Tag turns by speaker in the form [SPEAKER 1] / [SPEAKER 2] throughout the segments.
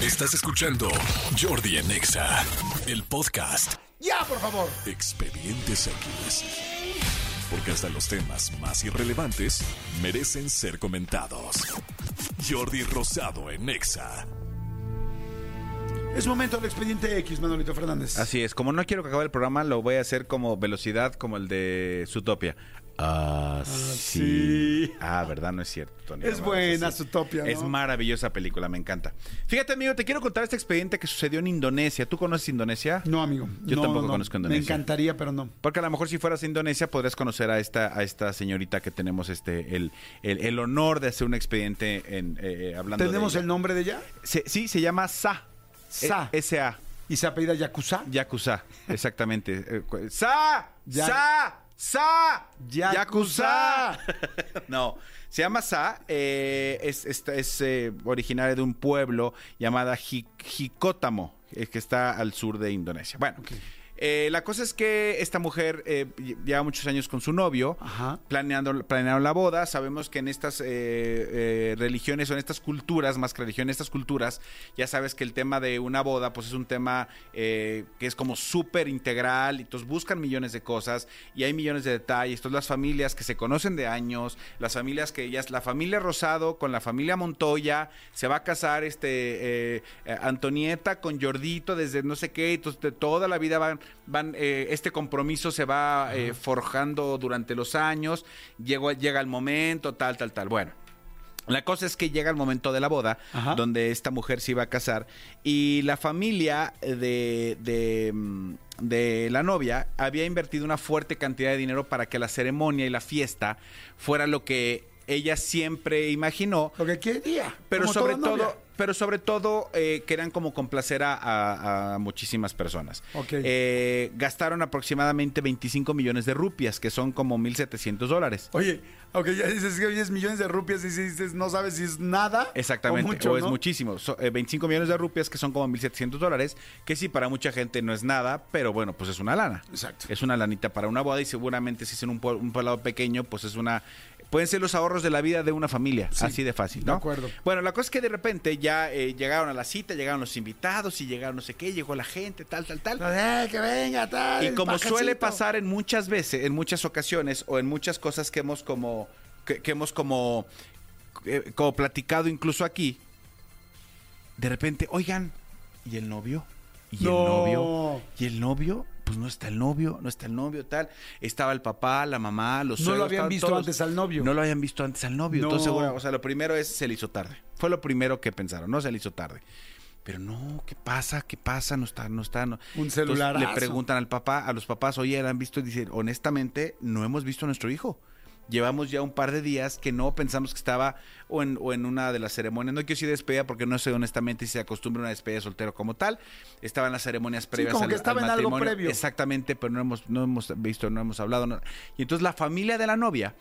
[SPEAKER 1] Estás escuchando Jordi en Exa, el podcast
[SPEAKER 2] Ya, por favor.
[SPEAKER 1] Expedientes X. Porque hasta los temas más irrelevantes merecen ser comentados. Jordi Rosado en Exa.
[SPEAKER 2] Es momento del expediente X, Manolito Fernández.
[SPEAKER 3] Así es, como no quiero que acabe el programa, lo voy a hacer como velocidad, como el de Zootopia. Ah, sí. Ah, verdad, no es cierto, Tony.
[SPEAKER 2] Es
[SPEAKER 3] No me
[SPEAKER 2] buena
[SPEAKER 3] hagas así.
[SPEAKER 2] Zootopia, ¿no?
[SPEAKER 3] Es maravillosa película, me encanta. Fíjate, amigo, te quiero contar este expediente que sucedió en Indonesia. ¿Tú conoces Indonesia?
[SPEAKER 2] No, amigo.
[SPEAKER 3] Yo
[SPEAKER 2] No,
[SPEAKER 3] tampoco
[SPEAKER 2] no, no.
[SPEAKER 3] conozco Indonesia.
[SPEAKER 2] Me encantaría, pero no.
[SPEAKER 3] Porque a lo mejor si fueras a Indonesia podrías conocer a esta, a esta señorita que tenemos este el, el- el honor de hacer un expediente en, eh, eh, hablando de
[SPEAKER 2] ¿Tenemos
[SPEAKER 3] ella.
[SPEAKER 2] el nombre de ella?
[SPEAKER 3] Se- sí, se llama Sa.
[SPEAKER 2] Sa.
[SPEAKER 3] E- S-A.
[SPEAKER 2] ¿Y se apellida Yakuza?
[SPEAKER 3] Yakuza, exactamente. Eh, cu- ¡Sa!
[SPEAKER 2] Ya-
[SPEAKER 3] ¡Sa! ¡Sa!
[SPEAKER 2] Yakuza.
[SPEAKER 3] no, se llama Sa. eh, es es- es, eh, originaria de un pueblo llamada Ji- Jicótamo, eh, que está al sur de Indonesia. Bueno, eh, la cosa es que esta mujer eh, lle- lleva muchos años con su novio
[SPEAKER 2] Ajá.
[SPEAKER 3] planeando, planearon la boda. Sabemos que en estas eh, eh, religiones o en estas culturas, más que religiones, estas culturas, ya sabes que el tema de una boda, pues es un tema eh, que es como súper integral. Y entonces buscan millones de cosas y hay millones de detalles. Entonces las familias que se conocen de años, las familias que ya es la familia Rosado con la familia Montoya, se va a casar este eh, eh, Antonieta con Jordito desde no sé qué. Entonces de toda la vida van, van eh, este compromiso se va eh, forjando durante los años, llegó, llega el momento, tal, tal, tal. Bueno. La cosa es que llega el momento de la boda,
[SPEAKER 2] Ajá.
[SPEAKER 3] donde esta mujer se iba a casar, y la familia de, de, mm, de la novia había invertido una fuerte cantidad de dinero para que la ceremonia y la fiesta fuera lo que ella siempre imaginó,
[SPEAKER 2] Lo que quería.
[SPEAKER 3] pero
[SPEAKER 2] como
[SPEAKER 3] sobre
[SPEAKER 2] toda novia.
[SPEAKER 3] todo pero sobre todo eh, querían como complacer a, a- a muchísimas personas.
[SPEAKER 2] Ok.
[SPEAKER 3] Eh, gastaron aproximadamente 25 millones de rupias, que son como 1.700 dólares.
[SPEAKER 2] Oye, aunque ya dices que 10 millones de rupias y si dices, no sabes si es nada.
[SPEAKER 3] Exactamente, o,
[SPEAKER 2] O, mucho,
[SPEAKER 3] es
[SPEAKER 2] ¿no?
[SPEAKER 3] muchísimo. So- eh, 25 millones de rupias, que son como 1.700 dólares, que sí, para mucha gente no es nada, pero bueno, pues es una lana.
[SPEAKER 2] Exacto.
[SPEAKER 3] Es una lanita para una boda y seguramente si es en un, pue- un poblado pequeño, pues es una... Pueden ser los ahorros de la vida de una familia,
[SPEAKER 2] Sí,
[SPEAKER 3] así de fácil,
[SPEAKER 2] de
[SPEAKER 3] ¿no?
[SPEAKER 2] acuerdo.
[SPEAKER 3] Bueno, la cosa es que de repente ya eh, llegaron a la cita, llegaron los invitados y llegaron no sé qué, llegó la gente, tal, tal, tal.
[SPEAKER 2] Eh, que venga, tal.
[SPEAKER 3] Y como
[SPEAKER 2] bajancito.
[SPEAKER 3] suele pasar en muchas veces, en muchas ocasiones o en muchas cosas que hemos como que, que hemos como eh, como platicado incluso aquí, de repente, oigan, ¿y el novio? ¿Y
[SPEAKER 2] No.
[SPEAKER 3] el novio? ¿Y el novio? Pues no está el novio, no está el novio, tal. Estaba el papá, la mamá, los
[SPEAKER 2] No lo
[SPEAKER 3] suegros,
[SPEAKER 2] habían visto
[SPEAKER 3] estaban
[SPEAKER 2] antes al novio.
[SPEAKER 3] No lo habían visto antes al novio.
[SPEAKER 2] No.
[SPEAKER 3] Entonces, seguro- o sea, lo primero es se le hizo tarde. Fue lo primero que pensaron, no se le hizo tarde. Pero no, ¿qué pasa? ¿Qué pasa? No está, no está. No.
[SPEAKER 2] Un
[SPEAKER 3] Entonces,
[SPEAKER 2] celularazo.
[SPEAKER 3] Le preguntan al papá, a los papás, oye, ¿la han visto? Y dicen, honestamente, no hemos visto a nuestro hijo. Llevamos ya un par de días que no pensamos que estaba o en, o en una de las ceremonias. No quiero decir despedida porque no sé honestamente si se acostumbra una despedida de soltero como tal. Estaban las ceremonias previas
[SPEAKER 2] como
[SPEAKER 3] al-
[SPEAKER 2] que estaba
[SPEAKER 3] al
[SPEAKER 2] en algo
[SPEAKER 3] matrimonio.
[SPEAKER 2] previo.
[SPEAKER 3] Exactamente, pero no hemos, no hemos visto, no hemos hablado. no. Y entonces la familia de la novia,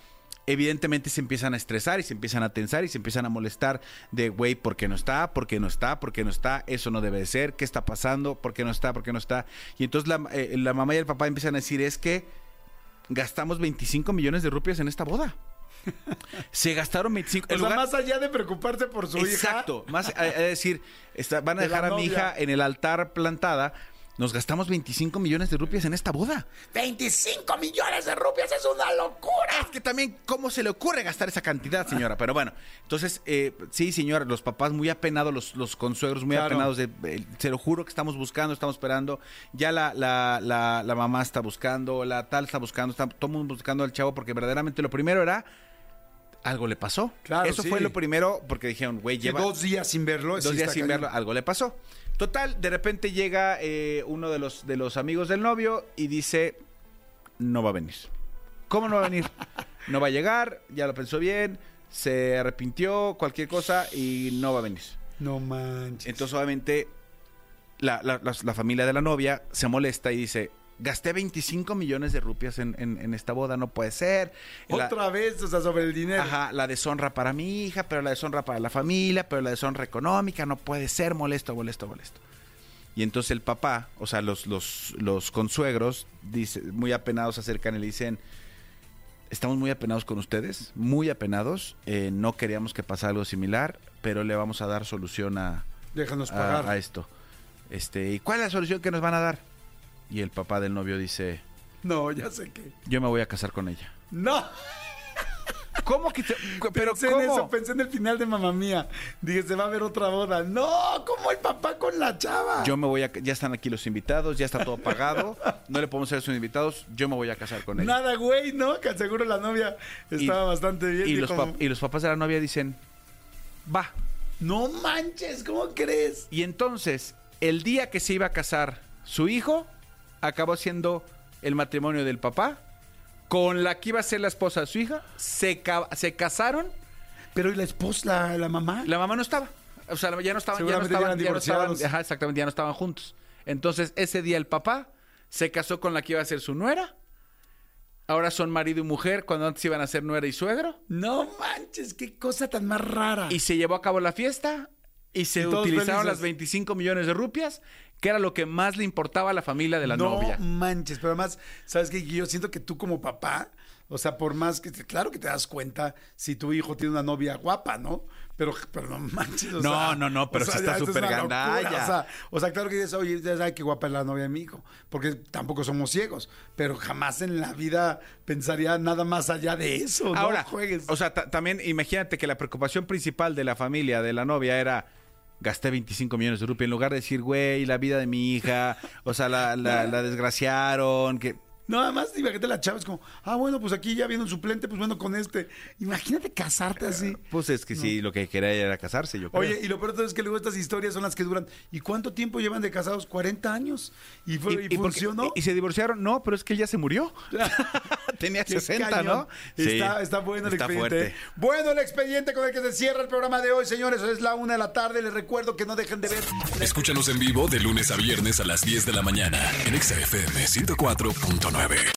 [SPEAKER 3] evidentemente se empiezan a estresar y se empiezan a tensar y se empiezan a molestar de, güey, ¿por qué no está? ¿Por qué no está? ¿Por qué no está? Eso no debe de ser. ¿Qué está pasando? ¿Por qué no está? ¿Por qué no está? Y entonces la, eh, la mamá y el papá empiezan a decir, es que gastamos 25 millones de rupias en esta boda. Se gastaron 25...
[SPEAKER 2] O sea,
[SPEAKER 3] en lugar-
[SPEAKER 2] más allá de preocuparse por su
[SPEAKER 3] Exacto, más a- a- es decir, está- van a
[SPEAKER 2] De la
[SPEAKER 3] dejar a mi
[SPEAKER 2] novia.
[SPEAKER 3] hija en el altar plantada. Nos gastamos 25 millones de rupias en esta boda.
[SPEAKER 2] hija. ¡25 millones de rupias es una locura!
[SPEAKER 3] Es que también, ¿cómo se le ocurre gastar esa cantidad, señora? Pero bueno, entonces, eh, sí, señora, los papás muy apenados, los, los consuegros muy
[SPEAKER 2] Claro.
[SPEAKER 3] apenados, de, eh, se lo juro que estamos buscando, estamos esperando, ya la, la, la, la mamá está buscando, la tal está buscando, está todo el mundo buscando al chavo, porque verdaderamente lo primero era, algo le pasó.
[SPEAKER 2] Claro,
[SPEAKER 3] Eso
[SPEAKER 2] sí.
[SPEAKER 3] fue lo primero, porque dijeron, güey, lleva...
[SPEAKER 2] Dos días sin verlo. Pues sí
[SPEAKER 3] Dos días
[SPEAKER 2] está
[SPEAKER 3] sin
[SPEAKER 2] cañón.
[SPEAKER 3] verlo, algo le pasó. Total, de repente llega eh, uno de los, de los amigos del novio y dice, no va a venir. ¿Cómo no va a venir? No va a llegar, ya lo pensó bien, se arrepintió, cualquier cosa y no va a venir.
[SPEAKER 2] No manches.
[SPEAKER 3] Entonces obviamente la, la- la- la familia de la novia se molesta y dice, gasté 25 millones de rupias en, en- en esta boda, no puede ser. La-
[SPEAKER 2] Otra vez, o sea, sobre el dinero.
[SPEAKER 3] Ajá, la deshonra para mi hija, pero la deshonra para la familia, pero la deshonra económica, no puede ser, molesto, molesto, molesto. Y entonces el papá, o sea, los, los, los consuegros, dice, muy apenados se acercan y le dicen, estamos muy apenados con ustedes, muy apenados, eh, no queríamos que pasara algo similar, pero le vamos a dar solución a,
[SPEAKER 2] Déjanos
[SPEAKER 3] a,
[SPEAKER 2] pagar.
[SPEAKER 3] a esto. Este, ¿y cuál es la solución que nos van a dar? Y el papá del novio dice,
[SPEAKER 2] No, ya sé que.
[SPEAKER 3] yo me voy a casar con ella.
[SPEAKER 2] No.
[SPEAKER 3] ¿Cómo que te- pero
[SPEAKER 2] pensé
[SPEAKER 3] cómo?
[SPEAKER 2] en eso, pensé en el final de mamá mía. Dije, se va a ver otra boda. No, como el papá con la chava.
[SPEAKER 3] Yo me voy a ya están aquí los invitados, ya está todo pagado, no le podemos hacer sus invitados, yo me voy a casar con ella.
[SPEAKER 2] Nada, güey, ¿no? Que seguro la novia estaba
[SPEAKER 3] Y-
[SPEAKER 2] bastante bien.
[SPEAKER 3] Y
[SPEAKER 2] dijo,
[SPEAKER 3] los, pap- y los papás de la novia dicen, va.
[SPEAKER 2] No manches, ¿cómo crees?
[SPEAKER 3] Y entonces, el día que se iba a casar su hijo, acabó siendo el matrimonio del papá, con la que iba a ser la esposa de su hija, se, ca- se casaron,
[SPEAKER 2] Pero ¿y la esposa, la, la mamá?
[SPEAKER 3] la mamá no estaba. O sea, ya no estaban, ya no
[SPEAKER 2] Seguramente ya
[SPEAKER 3] estaban,
[SPEAKER 2] eran
[SPEAKER 3] ya no estaban-
[SPEAKER 2] divorciados.
[SPEAKER 3] ajá, exactamente, ya no estaban juntos. Entonces, ese día el papá se casó con la que iba a ser su nuera. Ahora son marido y mujer, cuando antes iban a ser nuera y suegro.
[SPEAKER 2] No manches, qué cosa tan más rara.
[SPEAKER 3] Y se llevó a cabo la fiesta y se
[SPEAKER 2] Ah. Y todos
[SPEAKER 3] utilizaron
[SPEAKER 2] felices.
[SPEAKER 3] las 25 millones de rupias, que era lo que más le importaba a la familia de la
[SPEAKER 2] no
[SPEAKER 3] novia.
[SPEAKER 2] manches, pero además, ¿sabes qué? Yo siento que tú como papá, o sea, por más que, claro que te das cuenta si tu hijo tiene una novia guapa, ¿no? Pero, pero no manches, o
[SPEAKER 3] No,
[SPEAKER 2] sea,
[SPEAKER 3] no, no, pero
[SPEAKER 2] o
[SPEAKER 3] sí
[SPEAKER 2] sea,
[SPEAKER 3] está
[SPEAKER 2] ya, esto es
[SPEAKER 3] súper
[SPEAKER 2] una locura,
[SPEAKER 3] gandalla.
[SPEAKER 2] O sea, o sea, claro que dices, oye, ya sabes qué guapa es la novia de mi hijo, porque tampoco somos ciegos, pero jamás en la vida pensaría nada más allá de eso. ¿no?
[SPEAKER 3] Ahora,
[SPEAKER 2] juegues.
[SPEAKER 3] o sea, ta- también imagínate que la preocupación principal de la familia de la novia era gasté 25 millones de rupias en lugar de decir, güey, la vida de mi hija, o sea, la, la- la desgraciaron, que
[SPEAKER 2] No, además, imagínate la chava, es como, ah, bueno, pues aquí ya viene un suplente, pues bueno, con este. Imagínate casarte así.
[SPEAKER 3] pues es que sí, lo que quería era casarse, yo creo.
[SPEAKER 2] Oye, y lo peor de todo es que luego estas historias son las que duran. ¿Y cuánto tiempo llevan de casados? 40 años. Y, fue- y
[SPEAKER 3] por qué-
[SPEAKER 2] funcionó.
[SPEAKER 3] y se divorciaron, no, pero es que él ya se murió. Tenía
[SPEAKER 2] Qué
[SPEAKER 3] 60,
[SPEAKER 2] cañón.
[SPEAKER 3] ¿no?
[SPEAKER 2] Está,
[SPEAKER 3] Sí.
[SPEAKER 2] está bueno el
[SPEAKER 3] Está
[SPEAKER 2] expediente.
[SPEAKER 3] fuerte.
[SPEAKER 2] Bueno, el expediente con el que se cierra el programa de hoy, señores. Es la una de la tarde. Les recuerdo que no dejen de ver.
[SPEAKER 1] Escúchanos en vivo de lunes a viernes a las 10 de la mañana en Exa FM 104.9.